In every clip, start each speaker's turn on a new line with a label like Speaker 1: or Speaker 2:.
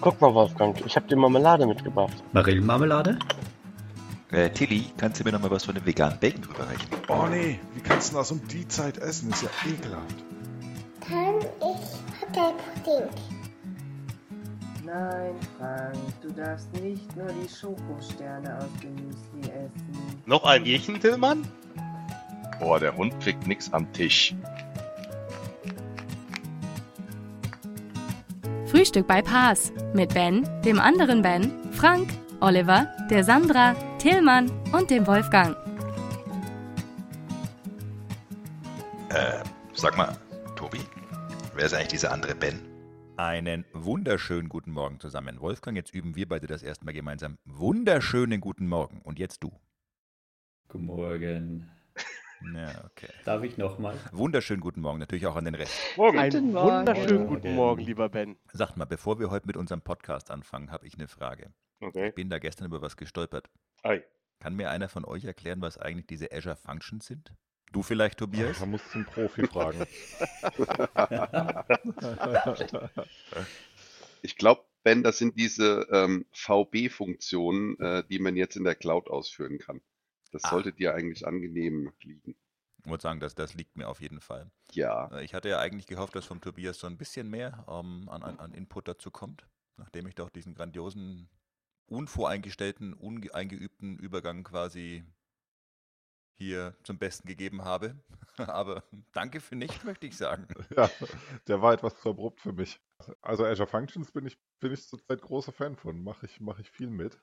Speaker 1: Guck mal, Wolfgang, ich habe dir Marmelade mitgebracht.
Speaker 2: Marillenmarmelade?
Speaker 3: Äh, Tilly, kannst du mir nochmal was von dem veganen Bacon rüberreichen?
Speaker 4: Oh nee, wie kannst du das um die Zeit essen? Ist ja ekelhaft.
Speaker 5: Kann ich Hotelpudding?
Speaker 6: Nein, Frank, du darfst nicht nur die Schokosterne aus Gemüse essen.
Speaker 7: Noch ein Jächen, Tillmann?
Speaker 8: Boah, der Hund kriegt nix am Tisch.
Speaker 9: Frühstück bei Paas mit Ben, dem anderen Ben, Frank, Oliver, der Sandra, Tillmann und dem Wolfgang.
Speaker 3: Äh, sag mal, Tobi, wer ist eigentlich dieser andere Ben? Einen wunderschönen guten Morgen zusammen. Wolfgang, jetzt üben wir beide das erstmal gemeinsam. Wunderschönen guten Morgen. Und jetzt du.
Speaker 2: Guten Morgen.
Speaker 3: Ja, okay.
Speaker 2: Darf ich nochmal?
Speaker 3: Wunderschönen guten Morgen, natürlich auch an den Rest.
Speaker 1: Morgen.
Speaker 10: Einen
Speaker 6: Morgen.
Speaker 10: wunderschönen guten
Speaker 1: Morgen.
Speaker 10: Morgen, lieber Ben.
Speaker 3: Sagt mal, bevor wir heute mit unserem Podcast anfangen, habe ich eine Frage.
Speaker 1: Okay.
Speaker 3: Bin da gestern über was gestolpert.
Speaker 1: Ei.
Speaker 3: Kann mir einer von euch erklären, was eigentlich diese Azure Functions sind? Du vielleicht, Tobias?
Speaker 11: Man muss zum Profi fragen.
Speaker 8: Ich glaube, Ben, das sind diese ähm, VB-Funktionen, äh, die man jetzt in der Cloud ausführen kann. Das
Speaker 3: Ah.
Speaker 8: sollte dir eigentlich angenehm liegen.
Speaker 3: Ich würde sagen, das, das liegt mir auf jeden Fall.
Speaker 8: Ja,
Speaker 3: Äh, Ich hatte ja eigentlich gehofft, dass vom Tobias so ein bisschen mehr ähm, an, an, an Input dazu kommt, nachdem ich doch diesen grandiosen, unvoreingestellten, uneingeübten Übergang quasi hier zum Besten gegeben habe. Aber danke für nicht, möchte ich sagen.
Speaker 11: ja, der war etwas zu abrupt für mich. Also Azure Functions bin ich, bin ich zurzeit großer Fan von. Mache ich, mache ich viel mit.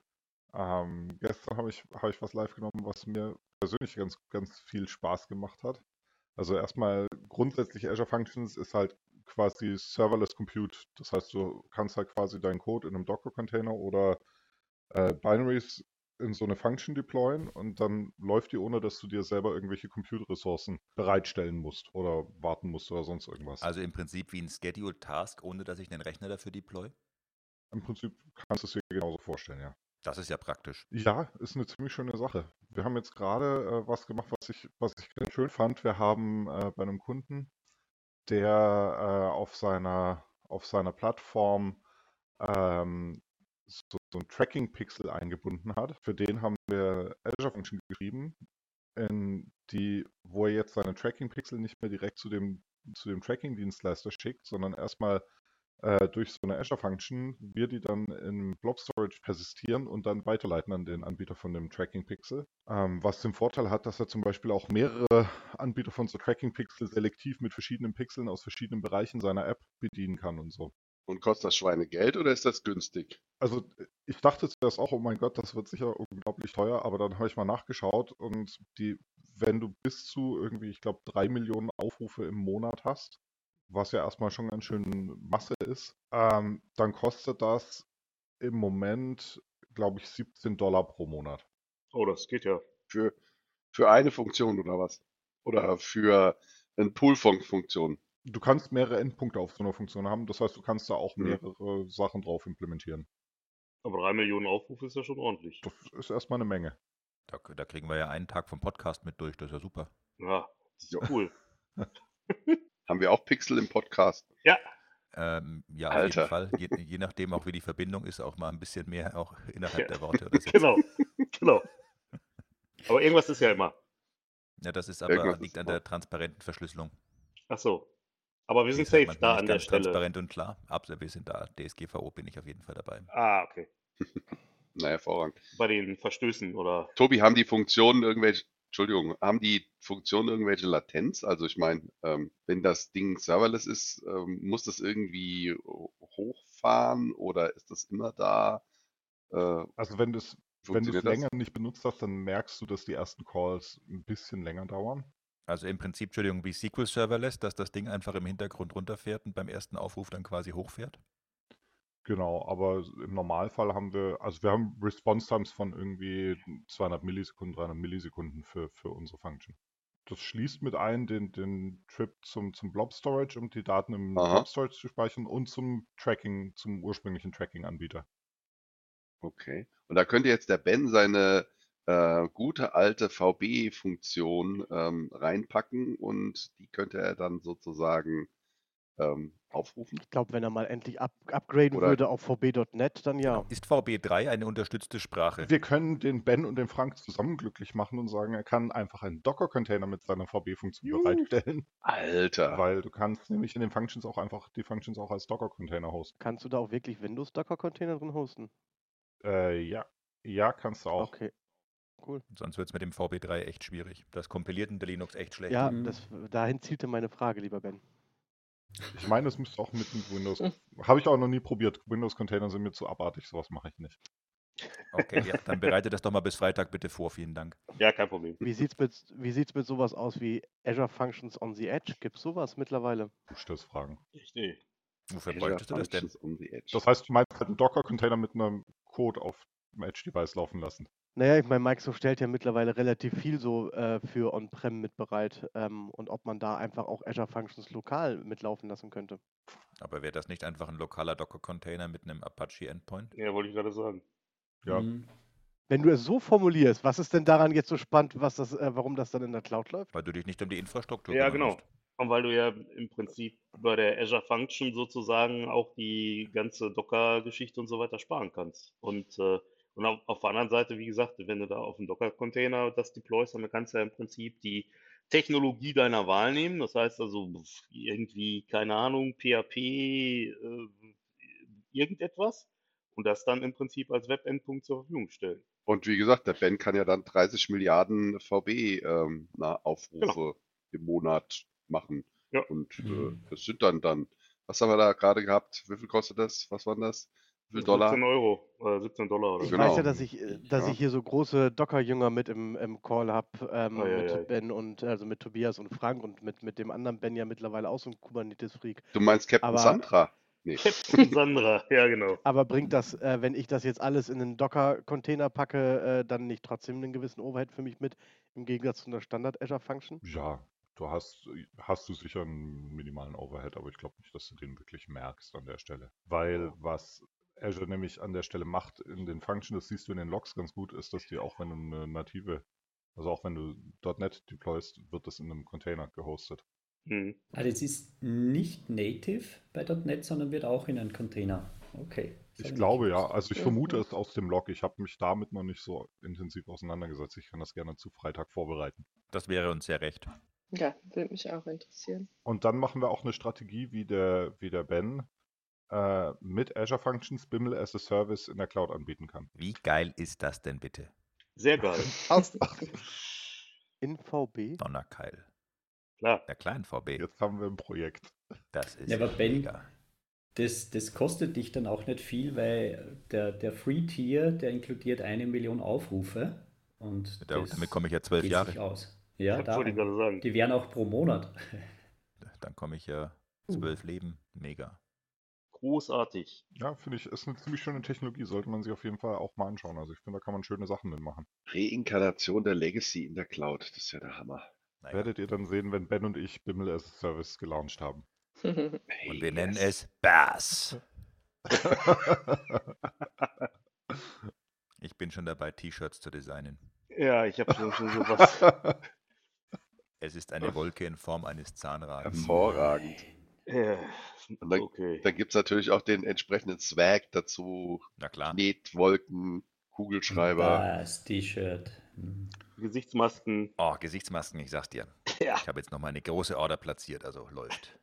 Speaker 11: Ähm, gestern habe ich, habe ich was live genommen, was mir persönlich ganz, ganz viel Spaß gemacht hat. Also erstmal grundsätzlich Azure Functions ist halt quasi Serverless Compute. Das heißt, du kannst halt quasi deinen Code in einem Docker-Container oder äh, Binaries in so eine Function deployen und dann läuft die, ohne dass du dir selber irgendwelche Compute-Ressourcen bereitstellen musst oder warten musst oder sonst irgendwas.
Speaker 3: Also im Prinzip wie ein Scheduled Task, ohne dass ich einen Rechner dafür deploy.
Speaker 11: Im Prinzip kannst du es dir genauso vorstellen, ja.
Speaker 3: Das ist ja praktisch.
Speaker 11: Ja, ist eine ziemlich schöne Sache. Wir haben jetzt gerade äh, was gemacht, was ich, was ich ganz schön fand. Wir haben äh, bei einem Kunden, der äh, auf seiner, auf seiner Plattform ähm, so, so ein Tracking-Pixel eingebunden hat. Für den haben wir Azure Function geschrieben, in die, wo er jetzt seine Tracking-Pixel nicht mehr direkt zu dem, zu dem Tracking-Dienstleister schickt, sondern erstmal äh, durch so eine Azure Function, wir die dann im Blob Storage persistieren und dann weiterleiten an den Anbieter von dem Tracking Pixel. Ähm, was den Vorteil hat, dass er zum Beispiel auch mehrere Anbieter von so Tracking Pixel selektiv mit verschiedenen Pixeln aus verschiedenen Bereichen seiner App bedienen kann und so.
Speaker 8: und kostet das Schweinegeld oder ist das günstig?
Speaker 11: Also äh, ich dachte zuerst auch, oh mein Gott, das wird sicher unglaublich teuer, aber dann habe ich mal nachgeschaut und die, wenn du bis zu irgendwie, ich glaube, drei Millionen Aufrufe im Monat hast, was ja erstmal schon ganz schön Masse ist, ähm, dann kostet das im Moment, glaube ich, 17 Dollar pro Monat.
Speaker 1: Oh, das geht ja.
Speaker 8: Für, für eine Funktion oder was? Oder für einen Pool von Funktionen?
Speaker 11: Du kannst mehrere Endpunkte auf so einer Funktion haben, das heißt, du kannst da auch
Speaker 8: Mhm.
Speaker 11: mehrere Sachen drauf implementieren.
Speaker 7: Aber drei Millionen Aufrufe ist ja schon ordentlich.
Speaker 11: Das ist erstmal eine Menge.
Speaker 3: Da, da kriegen wir ja einen Tag vom Podcast mit durch, das ist ja super.
Speaker 7: Ja, das ist cool.
Speaker 8: Haben wir auch Pixel im Podcast?
Speaker 3: Ähm, ja, auf
Speaker 8: Alter.
Speaker 3: jeden Fall. Je, je nachdem auch, wie die Verbindung ist, auch mal ein bisschen mehr auch innerhalb der Worte. Oder Sätze.
Speaker 7: genau, genau. Aber irgendwas ist ja immer.
Speaker 3: Ja, das ist aber
Speaker 8: Irgendwas
Speaker 3: liegt
Speaker 8: ist
Speaker 3: an
Speaker 8: immer.
Speaker 3: der transparenten Verschlüsselung.
Speaker 7: Ach so. Aber wir
Speaker 3: Die
Speaker 7: sind
Speaker 3: ist halt
Speaker 7: safe
Speaker 3: manchmal nicht
Speaker 7: da an der
Speaker 3: ganz
Speaker 7: Stelle.
Speaker 3: Transparent und klar. Absolut, wir sind da. DSGVO bin ich auf jeden Fall dabei.
Speaker 7: Ah, okay.
Speaker 8: Na, hervorragend.
Speaker 7: Bei den Verstößen oder.
Speaker 8: Tobi, haben die Funktionen irgendwelche, Entschuldigung, haben die Funktionen irgendwelche Latenz? Also ich meine, ähm, wenn das Ding serverless ist, ähm, muss das irgendwie hochfahren oder ist das immer da? Äh,
Speaker 11: Also wenn das, wenn du es
Speaker 8: funktioniert das?
Speaker 11: länger nicht benutzt hast, dann merkst du, dass die ersten Calls ein bisschen länger dauern.
Speaker 3: Also im Prinzip, Entschuldigung, wie SQL Server lässt, dass das Ding einfach im Hintergrund runterfährt und beim ersten Aufruf dann quasi hochfährt.
Speaker 11: Genau, aber im Normalfall haben wir, also wir haben Response Times von irgendwie 200 Millisekunden, 300 Millisekunden für, für unsere Function. Das schließt mit ein den, den Trip zum, zum Blob Storage, um die Daten im
Speaker 8: Aha.
Speaker 11: Blob Storage zu speichern und zum Tracking, zum ursprünglichen Tracking-Anbieter.
Speaker 8: Okay. Und da könnte jetzt der Ben seine äh, gute alte VB-Funktion ähm, reinpacken und die könnte er dann sozusagen ähm, aufrufen?
Speaker 10: Ich glaube, wenn er mal endlich up upgraden
Speaker 8: Oder-
Speaker 10: würde auf vb.net, dann ja.
Speaker 3: Ist VB3 eine unterstützte Sprache?
Speaker 11: Wir können den Ben und den Frank zusammen glücklich machen und sagen, er kann einfach einen Docker-Container mit seiner VB-Funktion
Speaker 10: Juhu.
Speaker 11: bereitstellen.
Speaker 8: Alter.
Speaker 11: Weil du kannst nämlich in den Functions auch einfach die Functions auch als Docker-Container hosten.
Speaker 10: Kannst du da auch wirklich Windows-Docker-Container drin hosten?
Speaker 11: Äh, ja. Ja, kannst du auch.
Speaker 10: Okay. Cool.
Speaker 3: Sonst wird es mit dem VB3 echt schwierig. Das kompiliert in der Linux echt schlecht.
Speaker 10: Ja,
Speaker 2: Mhm.
Speaker 10: das, dahin zielte meine Frage, lieber Ben.
Speaker 1: Mhm.
Speaker 11: Ich meine, es müsste auch mit dem Windows. Habe ich auch noch nie probiert. Windows-Container sind mir zu abartig, sowas mache ich nicht.
Speaker 3: Okay, ja, dann bereite das doch mal bis Freitag bitte vor. Vielen Dank.
Speaker 7: Ja, kein Problem.
Speaker 10: Wie sieht's mit, wie sieht's mit sowas aus wie Azure Functions on the Edge? Gibt's sowas mittlerweile?
Speaker 11: Du stellst Fragen.
Speaker 7: Ich, nee.
Speaker 3: Wofür
Speaker 8: Azure
Speaker 3: bräuchtest du das denn?
Speaker 8: Functions on the Edge.
Speaker 11: Das heißt, du meinst halt einen Docker-Container mit einem Code auf dem Edge-Device laufen lassen.
Speaker 10: Naja, ich meine, Microsoft stellt ja mittlerweile relativ viel so äh, für On-Prem mit bereit. Ähm, und ob man da einfach auch Azure Functions lokal mitlaufen lassen könnte.
Speaker 3: Aber wäre das nicht einfach ein lokaler Docker-Container mit einem Apache-Endpoint?
Speaker 7: Ja, wollte ich gerade sagen.
Speaker 11: Ja.
Speaker 2: Hm.
Speaker 10: Wenn du es so formulierst, was ist denn daran jetzt so spannend, was das, äh, warum das dann in der Cloud läuft?
Speaker 3: Weil du dich nicht um die Infrastruktur
Speaker 7: Ja,
Speaker 3: kümmern
Speaker 7: genau. Und weil du ja im Prinzip bei der Azure Function sozusagen auch die ganze Docker-Geschichte und so weiter sparen kannst. Und, äh, und auf, auf der anderen Seite, wie gesagt, wenn du da auf dem Docker-Container das deployst, dann kannst du ja im Prinzip die Technologie deiner Wahl nehmen. Das heißt also pf, irgendwie, keine Ahnung, PHP, äh, irgendetwas. Und das dann im Prinzip als Web-Endpunkt zur Verfügung stellen.
Speaker 8: Und wie gesagt, der Ben kann ja dann 30 Milliarden VB-Aufrufe
Speaker 7: Genau.
Speaker 8: im Monat machen.
Speaker 7: Ja.
Speaker 8: Und äh,
Speaker 2: Mhm.
Speaker 8: das sind dann dann. Was haben wir da gerade gehabt? Wie viel kostet das? Was waren das? Wie viel Dollar?
Speaker 7: 17 Euro, äh, 17 Dollar oder
Speaker 10: Ich
Speaker 7: so.
Speaker 10: weiß
Speaker 8: Genau.
Speaker 10: ja, dass ich, äh, dass
Speaker 8: Ja.
Speaker 10: ich hier so große Docker-Jünger mit im, im Call habe, ähm,
Speaker 7: Ei, ei,
Speaker 10: mit
Speaker 7: ei.
Speaker 10: Ben und also mit Tobias und Frank und mit, mit dem anderen Ben ja mittlerweile auch so ein Kubernetes-Freak.
Speaker 8: Du meinst Captain
Speaker 10: Aber-
Speaker 8: Sandra? Nee.
Speaker 7: Captain Sandra, ja genau.
Speaker 10: Aber bringt das, äh, wenn ich das jetzt alles in einen Docker-Container packe, äh, dann nicht trotzdem einen gewissen Overhead für mich mit, im Gegensatz zu einer Standard Azure Function?
Speaker 11: Ja, du hast, hast du sicher einen minimalen Overhead, aber ich glaube nicht, dass du den wirklich merkst an der Stelle. Weil was Azure nämlich an der Stelle macht in den Functions, das siehst du in den Logs ganz gut, ist, dass die auch wenn du eine native, also auch wenn du .NET deployst, wird das in einem Container gehostet.
Speaker 7: Hm.
Speaker 2: Also es ist nicht native bei .NET, sondern wird auch in einen Container. Okay. Das hab
Speaker 11: Ich
Speaker 2: nicht
Speaker 11: glaube ja,
Speaker 2: gewusst.
Speaker 11: also ich
Speaker 2: Ja,
Speaker 11: vermute
Speaker 2: ja.
Speaker 11: es aus dem Log. Ich habe mich damit noch nicht so intensiv auseinandergesetzt. Ich kann das gerne zu Freitag vorbereiten.
Speaker 3: Das wäre uns sehr recht.
Speaker 12: Ja, würde mich auch interessieren.
Speaker 11: Und dann machen wir auch eine Strategie wie der, wie der Ben äh, mit Azure Functions BIML as a Service in der Cloud anbieten kann.
Speaker 3: Wie geil ist das denn bitte?
Speaker 7: Sehr geil,
Speaker 10: In VB?
Speaker 3: Donnerkeil.
Speaker 7: klar.
Speaker 3: Der kleinen VB.
Speaker 11: Jetzt haben wir ein Projekt.
Speaker 3: Das ist
Speaker 2: Ja, aber Ben-
Speaker 3: mega.
Speaker 2: Das, das kostet dich dann auch nicht viel, weil der, der Free-Tier, der inkludiert eine Million Aufrufe. Und das
Speaker 3: Damit komme ich ja zwölf
Speaker 2: geht sich
Speaker 3: Jahre.
Speaker 2: aus. Ja,
Speaker 7: Das wollte ich
Speaker 2: darum.
Speaker 7: gerade sagen.
Speaker 2: die wären auch pro Monat.
Speaker 3: Dann komme ich ja zwölf
Speaker 2: Uh.
Speaker 3: Leben. Mega.
Speaker 7: Großartig.
Speaker 11: Ja, finde ich, ist eine ziemlich schöne Technologie. Sollte man sich auf jeden Fall auch mal anschauen. Also ich finde, da kann man schöne Sachen mitmachen.
Speaker 8: Reinkarnation der Legacy in der Cloud. Das ist ja der Hammer.
Speaker 3: Naja.
Speaker 11: Werdet ihr dann sehen, wenn Ben und ich BIML as a Service gelauncht haben.
Speaker 8: Hey,
Speaker 3: Und wir nennen
Speaker 8: yes.
Speaker 3: es Bass. Ich bin schon dabei, T-Shirts zu designen.
Speaker 7: Ja, ich habe schon, schon sowas.
Speaker 3: Es ist eine Wolke in Form eines Zahnrads.
Speaker 8: hervorragend.
Speaker 7: ja.
Speaker 8: Und dann-
Speaker 7: Äh, Okay.
Speaker 8: Da gibt es natürlich auch den entsprechenden Swag dazu.
Speaker 3: Na klar.
Speaker 8: Knetwolken, Kugelschreiber.
Speaker 2: Das T-Shirt. Hm.
Speaker 7: Gesichtsmasken.
Speaker 3: Oh, Gesichtsmasken, ich sag's dir.
Speaker 7: Ja.
Speaker 3: Ich habe jetzt nochmal eine große Order platziert, also läuft.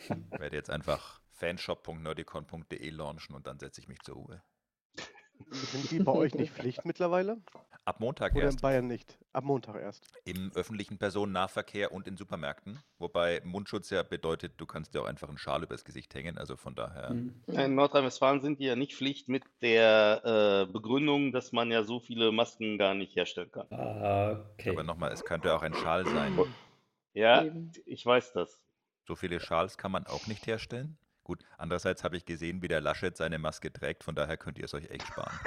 Speaker 3: Ich werde jetzt einfach fanshop.nerdicon.de launchen und dann setze ich mich zur Ruhe.
Speaker 10: Sind die bei euch nicht Pflicht mittlerweile?
Speaker 3: Ab Montag
Speaker 10: Oder in
Speaker 3: erst
Speaker 10: Bayern nicht? Am Montag erst.
Speaker 3: im öffentlichen Personennahverkehr und in Supermärkten. Wobei Mundschutz ja bedeutet, du kannst dir auch einfach einen Schal übers Gesicht hängen. Also von daher,
Speaker 2: Hm.
Speaker 7: In Nordrhein-Westfalen sind die ja nicht Pflicht mit der äh, Begründung, dass man ja so viele Masken gar nicht herstellen kann.
Speaker 2: Ah, Okay.
Speaker 3: aber nochmal, es könnte auch ein Schal sein.
Speaker 7: Ja,
Speaker 12: Eben.
Speaker 7: ich weiß das.
Speaker 3: So viele Schals kann man auch nicht herstellen. Gut, andererseits habe ich gesehen, wie der Laschet seine Maske trägt. Von daher könnt ihr es euch echt sparen.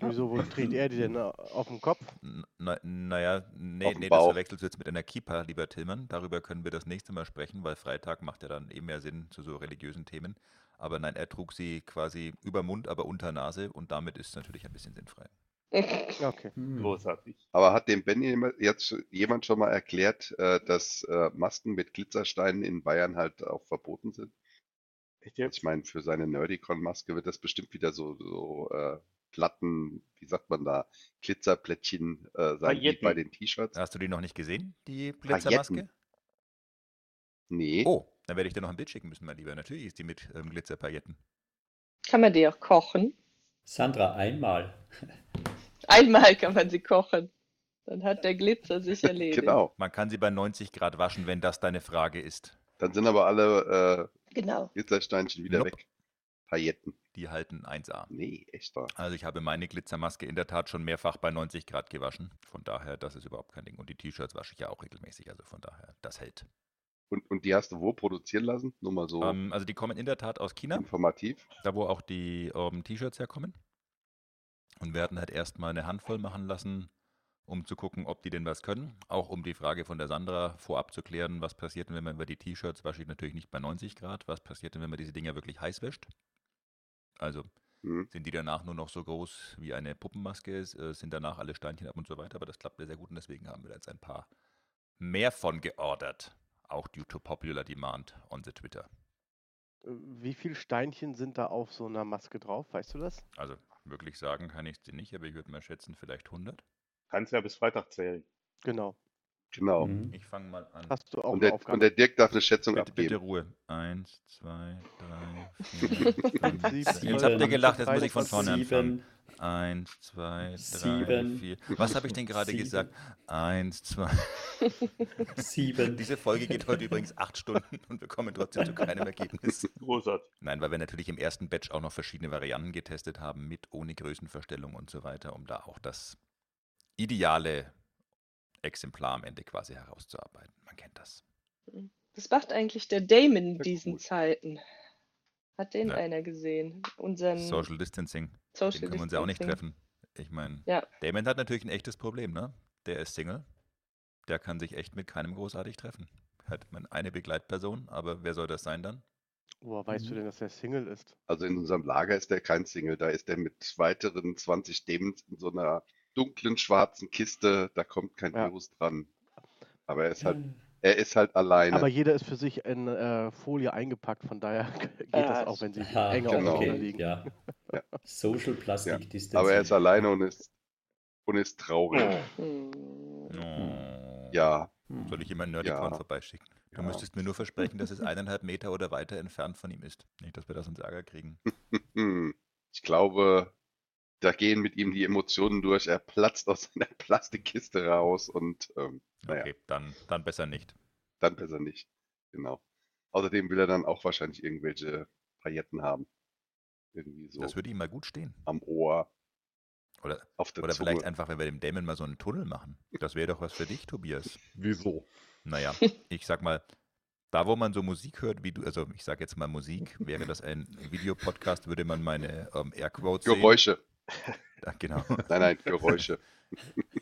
Speaker 10: Wieso, wo trägt er die denn?
Speaker 8: Mhm.
Speaker 10: Äh, Auf dem Kopf?
Speaker 3: N- Na, naja, nee,
Speaker 8: Auf dem
Speaker 3: nee, das
Speaker 8: Bauch.
Speaker 3: verwechselst du jetzt mit einer Kippa, lieber Tillmann. Darüber können wir das nächste Mal sprechen, weil Freitag macht ja dann eh mehr Sinn zu so religiösen Themen. Aber nein, er trug sie quasi über Mund, aber unter Nase und damit ist es natürlich ein bisschen sinnfrei.
Speaker 10: Okay.
Speaker 2: Hm.
Speaker 7: Großartig.
Speaker 8: Mhm. Aber hat dem Ben jemand- jetzt sch- jemand schon mal erklärt, äh, dass äh, Masken mit Glitzersteinen in Bayern halt auch verboten sind? Ich meine, für seine Nerdicon-Maske wird das bestimmt wieder so, so äh, Platten, wie sagt man da, Glitzerplättchen äh, sein wie bei
Speaker 3: Pailletten.
Speaker 8: den T-Shirts.
Speaker 3: Hast du die noch nicht gesehen, die
Speaker 8: Pailletten?
Speaker 3: Glitzermaske?
Speaker 8: Nee.
Speaker 3: Oh, dann werde ich dir noch ein Bild schicken müssen, mein Lieber. Natürlich ist die mit ähm, Glitzerpailletten.
Speaker 12: Kann man die auch kochen?
Speaker 2: Sandra, einmal.
Speaker 12: Einmal kann man sie kochen. Dann hat der Glitzer sich erledigt.
Speaker 8: Genau.
Speaker 3: Man kann sie bei 90 Grad waschen, wenn das deine Frage ist.
Speaker 8: Dann sind aber alle
Speaker 12: Genau.
Speaker 8: äh, Glitzersteinchen wieder
Speaker 3: Nope.
Speaker 8: weg. Pailletten.
Speaker 3: Die halten 1A.
Speaker 8: Nee, echt wahr.
Speaker 3: Also ich habe meine Glitzermaske in der Tat schon mehrfach bei 90 Grad gewaschen. Von daher, das ist überhaupt kein Ding. Und die T-Shirts wasche ich ja auch regelmäßig. Also von daher, das hält.
Speaker 8: Und, und die hast du wo produzieren lassen? Nur mal so
Speaker 3: Ähm, also die kommen in der Tat aus China.
Speaker 8: informativ.
Speaker 3: da wo auch die ähm, T-Shirts herkommen. Und werden halt erstmal eine Handvoll machen lassen, um zu gucken, ob die denn was können. Auch um die Frage von der Sandra vorab zu klären, was passiert denn, wenn man über die T-Shirts wasche ich natürlich nicht bei 90 Grad, was passiert denn, wenn man diese Dinger wirklich heiß wäscht? Also
Speaker 8: Mhm.
Speaker 3: sind die danach nur noch so groß wie eine Puppenmaske, s- äh, sind danach alle Steinchen ab und so weiter, aber das klappt ja sehr gut und deswegen haben wir da jetzt ein paar mehr von geordert. Auch due to popular demand on the Twitter.
Speaker 10: Äh, Wie viele Steinchen sind da auf so einer Maske drauf? Weißt du das?
Speaker 3: Also wirklich sagen kann ich es dir nicht, aber ich würde mal schätzen, vielleicht 100.
Speaker 7: Kannst ja bis Freitag zählen.
Speaker 10: Genau.
Speaker 8: Genau.
Speaker 2: Hm.
Speaker 3: Ich fange mal an.
Speaker 10: Hast du auch
Speaker 8: Und
Speaker 10: eine
Speaker 8: der,
Speaker 10: Aufgabe?
Speaker 8: und der Dirk darf eine Schätzung
Speaker 3: bitte,
Speaker 8: abgeben.
Speaker 3: bitte Ruhe. Eins, zwei, drei, vier, fünf,
Speaker 10: Sieben,
Speaker 3: sechs. Jetzt
Speaker 10: zwölf,
Speaker 3: habt ihr gelacht, jetzt
Speaker 10: dreizehn,
Speaker 3: muss ich von vorne anfangen.
Speaker 10: sieben,
Speaker 3: Eins, zwei, drei,
Speaker 10: sieben,
Speaker 3: vier. Was habe ich denn gerade
Speaker 10: sieben.
Speaker 3: gesagt? Eins, zwei.
Speaker 2: Sieben.
Speaker 3: Diese Folge geht heute übrigens acht Stunden und wir kommen trotzdem zu keinem Ergebnis.
Speaker 7: Großartig.
Speaker 3: Nein, weil wir natürlich im ersten Batch auch noch verschiedene Varianten getestet haben, mit, ohne Größenverstellung und so weiter, um da auch das ideale Exemplar am Ende quasi herauszuarbeiten. Man kennt das.
Speaker 12: Was macht eigentlich der Damon in diesen Zeiten? Hat den
Speaker 3: Ja.
Speaker 12: einer gesehen? Unseren
Speaker 3: Social Distancing.
Speaker 12: Ähm, Social
Speaker 3: Den können wir uns ja auch nicht
Speaker 12: Distancing.
Speaker 3: treffen. Ich meine,
Speaker 12: Ja.
Speaker 3: Damon hat natürlich ein echtes Problem, ne? Der ist Single. Der kann sich echt mit keinem großartig treffen. Hat man eine Begleitperson, aber wer soll das sein dann?
Speaker 10: Woher weißt
Speaker 8: Mhm.
Speaker 10: du denn, dass er Single ist?
Speaker 8: Also in unserem Lager ist der kein Single, da ist er mit weiteren 20 Demons in so einer dunklen schwarzen Kiste, da kommt kein
Speaker 10: Ja.
Speaker 8: Virus dran. Aber er ist halt, er ist halt alleine.
Speaker 10: Aber jeder ist für sich in äh, Folie eingepackt, von daher geht das auch, wenn sie
Speaker 2: Ah,
Speaker 10: enger aufeinander
Speaker 8: genau. Okay,
Speaker 10: liegen.
Speaker 2: Ja. Social Plastic Distancing.
Speaker 8: Aber er ist alleine und ist, und ist traurig.
Speaker 10: Oh.
Speaker 3: Hm.
Speaker 8: Ja.
Speaker 3: Soll ich ihm ein Nerdicon vorbeischicken? Du
Speaker 8: Ja.
Speaker 3: müsstest mir nur versprechen, dass es eineinhalb Meter oder weiter entfernt von ihm ist. Nicht, dass wir das uns Ärger kriegen.
Speaker 8: Hm. Ich glaube, da gehen mit ihm die Emotionen durch. Er platzt aus seiner Plastikkiste raus und ähm, naja.
Speaker 3: Okay, dann, dann besser nicht.
Speaker 8: Dann besser nicht. Genau. Außerdem will er dann auch wahrscheinlich irgendwelche Pailletten haben. Irgendwie so
Speaker 3: Das würde ihm mal gut stehen.
Speaker 8: am Ohr.
Speaker 3: Oder,
Speaker 8: auf der
Speaker 3: oder vielleicht
Speaker 8: Zunge.
Speaker 3: einfach, wenn wir dem Dämon mal so einen Tunnel machen. Das wäre doch was für dich, Tobias.
Speaker 11: Wieso?
Speaker 3: Naja, ich sag mal, da wo man so Musik hört, wie du, also ich sag jetzt mal Musik, wäre das ein Videopodcast, würde man meine ähm, Airquotes sehen.
Speaker 8: Geräusche.
Speaker 3: Ja, genau.
Speaker 8: Nein, nein, Geräusche.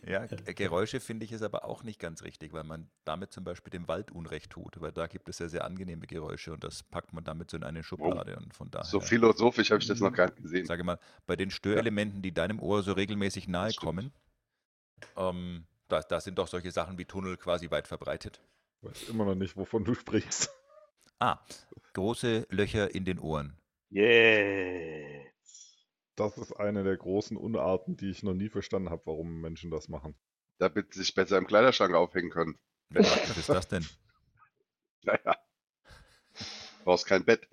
Speaker 3: Ja, G- Geräusche finde ich ist aber auch nicht ganz richtig, weil man damit zum Beispiel dem Wald Unrecht tut, weil da gibt es ja sehr angenehme Geräusche und das packt man damit so in eine Schublade und von daher.
Speaker 8: So philosophisch habe ich das noch
Speaker 3: Mhm.
Speaker 8: gar nicht gesehen.
Speaker 3: Sage mal, bei den Störelementen, die deinem Ohr so regelmäßig nahe kommen, ähm, da, da sind doch solche Sachen wie Tunnel quasi weit verbreitet.
Speaker 11: Weiß immer noch nicht, wovon du sprichst.
Speaker 3: Ah, große Löcher in den Ohren.
Speaker 7: Yeah.
Speaker 11: Das ist eine der großen Unarten, die ich noch nie verstanden habe, warum Menschen das machen.
Speaker 8: Damit sie sich besser im Kleiderschrank aufhängen können.
Speaker 3: Wie praktisch ist das denn?
Speaker 8: Naja. Brauchst kein Bett.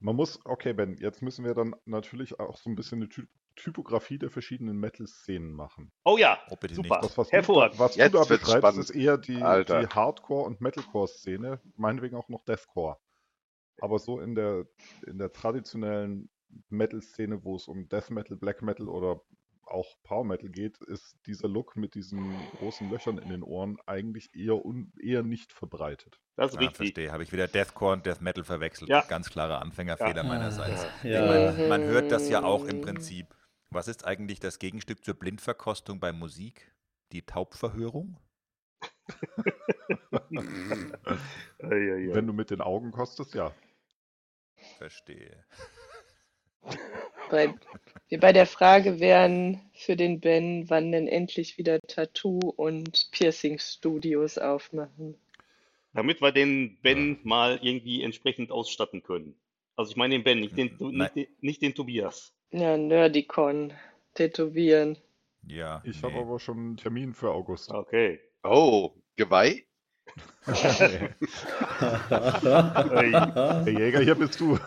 Speaker 11: Man muss, okay, Ben, jetzt müssen wir dann natürlich auch so ein bisschen eine Ty Typografie der verschiedenen Metal-Szenen machen.
Speaker 7: Oh ja,
Speaker 3: Oh, bitte
Speaker 7: super.
Speaker 11: Das, was du, da,
Speaker 7: Hervorragend.
Speaker 11: was du
Speaker 8: Jetzt
Speaker 11: da
Speaker 8: wird's
Speaker 11: betreibst,
Speaker 8: spannend.
Speaker 11: ist eher die, die
Speaker 8: Alter.
Speaker 11: Hardcore- und Metalcore-Szene, meinetwegen auch noch Deathcore. Aber so in der, in der traditionellen Metal-Szene, wo es um Death Metal, Black Metal oder auch Power Metal geht, ist dieser Look mit diesen großen Löchern in den Ohren eigentlich eher, un, eher nicht verbreitet.
Speaker 7: Das ist
Speaker 3: Ah,
Speaker 7: richtig.
Speaker 3: verstehe, habe ich wieder Deathcore und Death Metal verwechselt.
Speaker 7: Ja.
Speaker 3: Ganz klarer Anfängerfehler
Speaker 7: Ja.
Speaker 3: meinerseits.
Speaker 2: Ja.
Speaker 3: Ich mein, man hört das ja auch
Speaker 7: Äh.
Speaker 3: im Prinzip. Was ist eigentlich das Gegenstück zur Blindverkostung bei Musik? Die Taubverhörung?
Speaker 7: Eieiei.
Speaker 11: Wenn du mit den Augen kostest, ja.
Speaker 3: Verstehe.
Speaker 12: weil wir bei der Frage wären für den Ben, wann denn endlich wieder Tattoo- und Piercing-Studios aufmachen.
Speaker 7: Damit wir den Ben mal irgendwie entsprechend ausstatten können. Also ich meine den Ben, nicht den, nicht den, nicht den Tobias.
Speaker 12: Ja, Nerdicon, tätowieren.
Speaker 3: Ja.
Speaker 11: Ich habe aber schon einen Termin für August.
Speaker 7: Okay.
Speaker 8: Oh, Geweih?
Speaker 11: Der Jäger, hier bist du.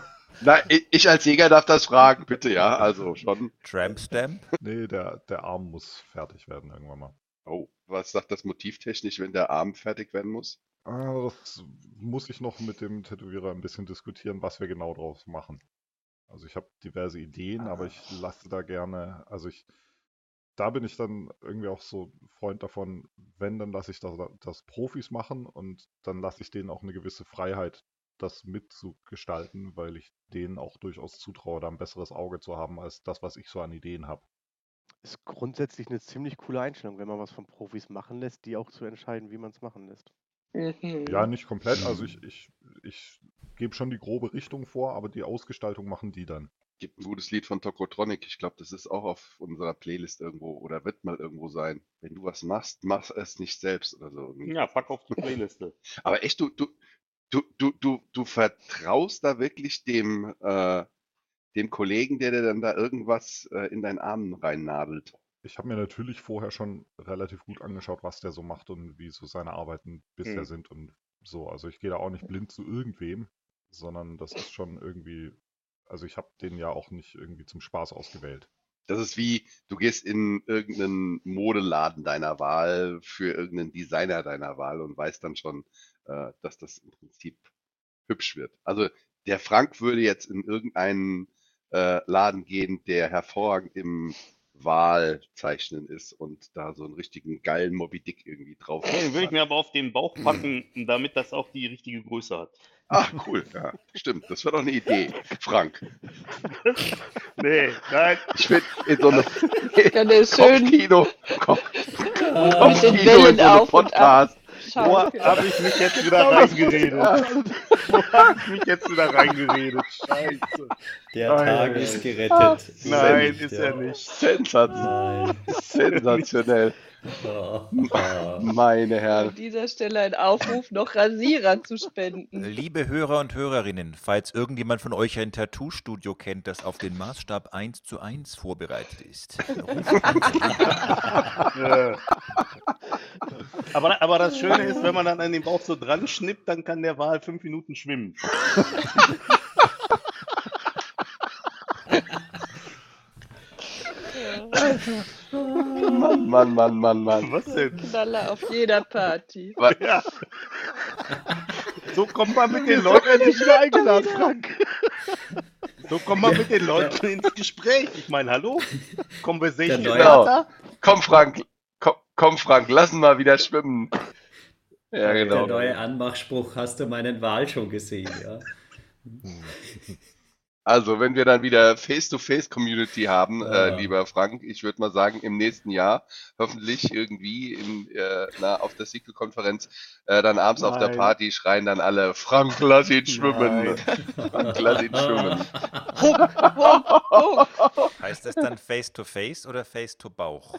Speaker 8: Nein, i- ich als Jäger darf das fragen, bitte, ja, also schon.
Speaker 3: Tramp Stamp?
Speaker 11: Nee, der, der Arm muss fertig werden irgendwann mal.
Speaker 8: Oh, was sagt das motivtechnisch, wenn der Arm fertig werden muss?
Speaker 11: Ah, das muss ich noch mit dem Tätowierer ein bisschen diskutieren, was wir genau draus machen. Also ich habe diverse Ideen, aber ich lasse da gerne, also ich, da bin ich dann irgendwie auch so Freund davon, wenn, dann lasse ich das, das Profis machen und dann lasse ich denen auch eine gewisse Freiheit, das mitzugestalten, weil ich denen auch durchaus zutraue, da ein besseres Auge zu haben, als das, was ich so an Ideen habe.
Speaker 10: Ist grundsätzlich eine ziemlich coole Einstellung, wenn man was von Profis machen lässt, die auch zu entscheiden, wie man es machen lässt.
Speaker 12: Mhm.
Speaker 11: Ja, nicht komplett. Also ich, ich, ich gebe schon die grobe Richtung vor, aber die Ausgestaltung machen die dann.
Speaker 8: Gibt ein gutes Lied von Tokotronic, ich glaube, das ist auch auf unserer Playlist irgendwo oder wird mal irgendwo sein. Wenn du was machst, mach es nicht selbst oder so. irgendwie.
Speaker 7: Ja, pack auf die Playliste.
Speaker 8: Aber echt, du, du, du, du, du, du vertraust da wirklich dem, äh, dem Kollegen, der dir dann da irgendwas äh, in deinen Armen reinnadelt.
Speaker 11: Ich habe mir natürlich vorher schon relativ gut angeschaut, was der so macht und wie so seine Arbeiten bisher
Speaker 7: Mhm.
Speaker 8: Hm.
Speaker 11: sind und so. Also ich gehe da auch nicht blind zu irgendwem, sondern das ist schon irgendwie, also ich habe den ja auch nicht irgendwie zum Spaß ausgewählt.
Speaker 8: Das ist wie, du gehst in irgendeinen Modeladen deiner Wahl für irgendeinen Designer deiner Wahl und weißt dann schon, äh, dass das im Prinzip hübsch wird. Also der Frank würde jetzt in irgendeinen äh, Laden gehen, der hervorragend im Wahlzeichnen ist und da so einen richtigen geilen Moby Dick irgendwie drauf
Speaker 7: Okay, den würde ich mir aber auf den Bauch packen, damit das auch die richtige Größe hat.
Speaker 8: Ah, cool. Ja, stimmt. Das wäre doch eine Idee, Frank.
Speaker 7: Nee, nein.
Speaker 8: Ich bin in so einem
Speaker 12: Kann der schön-
Speaker 8: Kopfkino. Kopf,
Speaker 12: Ah.
Speaker 8: Kopfkino
Speaker 12: Mit den Wellen
Speaker 8: in so einem
Speaker 12: auf und ab.
Speaker 8: Podcast.
Speaker 12: Schau. Boah, hab ich mich jetzt wieder Genau das- reingeredet.
Speaker 8: Wo hab ich mich jetzt wieder reingeredet? Scheiße.
Speaker 2: Der
Speaker 8: Nein.
Speaker 2: Tag ist gerettet.
Speaker 8: Ah,
Speaker 2: Ist er
Speaker 8: Nein,
Speaker 2: nicht,
Speaker 8: ist
Speaker 2: ja.
Speaker 8: er nicht. Sensationell. Sensationell. Meine
Speaker 12: An
Speaker 8: Herren.
Speaker 12: dieser Stelle ein Aufruf, noch Rasierer zu spenden.
Speaker 3: Liebe Hörer und Hörerinnen, falls irgendjemand von euch ein Tattoo-Studio kennt, das auf den Maßstab 1 zu 1 vorbereitet ist, ruft
Speaker 7: Ja. aber, aber das Schöne ist, wenn man dann an den Bauch so dran schnippt, dann kann der Wal fünf Minuten schwimmen.
Speaker 8: Mann, Mann, Mann, Mann, Mann.
Speaker 7: Was denn?
Speaker 12: Knaller auf jeder Party.
Speaker 8: Was?
Speaker 7: Ja. So kommt man mit den
Speaker 12: Leuten
Speaker 7: Leuten
Speaker 12: endlich wieder eingeladen,
Speaker 7: Frank. So kommt man mit den Leuten ins Gespräch. Ich meine, hallo? Conversation
Speaker 8: Genau.
Speaker 7: Starter?
Speaker 8: Komm, Frank. Komm, komm, Frank. Lass ihn mal wieder schwimmen. Ja,
Speaker 2: Der
Speaker 8: genau.
Speaker 2: neue Anmachspruch, hast du meinen Wal schon gesehen, ja?
Speaker 8: Also, wenn wir dann wieder Face-to-Face-Community haben,
Speaker 7: Ah.
Speaker 2: Ja.
Speaker 8: äh, lieber Frank, ich würde mal sagen, im nächsten Jahr, hoffentlich irgendwie in, äh, na, auf der Sequel-Konferenz, äh, dann abends auf der
Speaker 11: Nein.
Speaker 8: Party schreien dann alle, Frank, lass ihn schwimmen. Frank, lass ihn schwimmen.
Speaker 3: heißt das dann Face-to-Face oder Face-to-Bauch?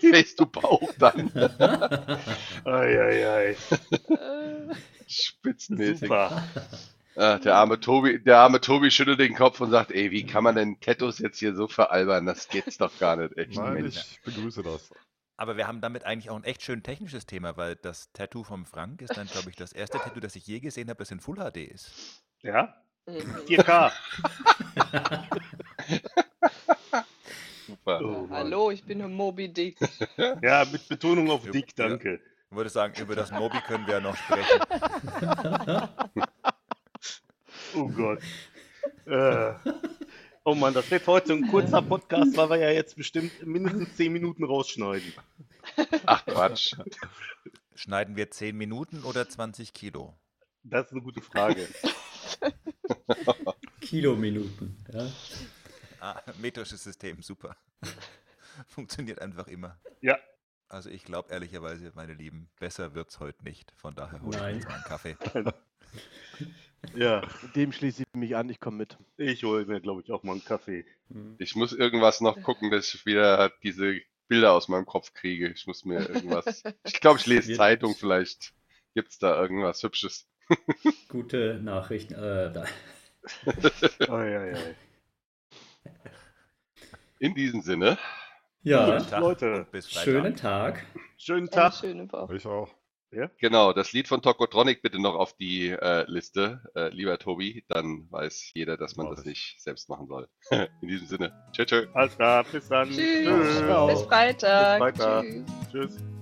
Speaker 8: Face-to-Bauch dann.
Speaker 7: Eieiei.
Speaker 8: Spitzenmäßig.
Speaker 7: Super.
Speaker 8: Ah, der arme Tobi, der arme Tobi schüttelt den Kopf und sagt, ey, wie kann man denn Tattoos jetzt hier so veralbern? Das geht's doch gar nicht, echt.
Speaker 11: Nein,
Speaker 8: Mensch.
Speaker 11: ich begrüße das.
Speaker 3: Aber wir haben damit eigentlich auch ein echt schön technisches Thema, weil das Tattoo vom Frank ist dann, glaube ich, das erste Tattoo, das ich je gesehen habe, das in Full HD ist.
Speaker 7: Ja?
Speaker 12: Mhm.
Speaker 7: 4K.
Speaker 8: Super.
Speaker 7: Oh, Mann.
Speaker 12: Hallo, ich bin Moby Dick.
Speaker 7: Ja, mit Betonung auf dick, danke.
Speaker 3: Ich würde sagen, über das Mobi können wir ja noch sprechen.
Speaker 7: Oh Gott. Äh. Oh Mann, das wird heute ein kurzer Podcast, weil wir ja jetzt bestimmt mindestens 10 Minuten rausschneiden.
Speaker 8: Ach Quatsch.
Speaker 3: Schneiden wir 10 Minuten oder 20 Kilo?
Speaker 7: Das ist eine gute Frage.
Speaker 2: Kilominuten, ja?
Speaker 3: Ah, metrisches System, super. Funktioniert einfach immer.
Speaker 7: Ja.
Speaker 3: Also ich glaube ehrlicherweise, meine Lieben, besser wird's heute nicht. Von daher hole ich
Speaker 2: Nein.
Speaker 3: mir jetzt mal einen Kaffee.
Speaker 7: Ja.
Speaker 10: Dem schließe ich mich an, ich komme mit.
Speaker 7: Ich hole mir, glaube ich, auch mal einen Kaffee.
Speaker 8: Ich muss irgendwas noch gucken, dass ich wieder diese Bilder aus meinem Kopf kriege. Ich muss mir irgendwas. Ich glaube, ich lese
Speaker 2: Wird-
Speaker 8: Zeitung, vielleicht gibt's da irgendwas Hübsches.
Speaker 2: Gute Nachrichten. Äh, da.
Speaker 8: In diesem Sinne.
Speaker 2: Ja,
Speaker 8: Guten Tag
Speaker 2: Leute,
Speaker 8: und bis Freitag.
Speaker 2: schönen Tag.
Speaker 7: Schönen
Speaker 12: Eine schöne Woche.
Speaker 11: Ich auch.
Speaker 8: Genau, das Lied von Tokotronic bitte noch auf die äh, Liste, äh, lieber Tobi. Dann weiß jeder, dass man das nicht selbst machen soll. In diesem Sinne. Tschö, tschö.
Speaker 7: Alles klar, bis dann.
Speaker 12: Tschüss. Bis Freitag.
Speaker 7: Bis Freitag.
Speaker 12: Tschüss.
Speaker 7: Tschüss.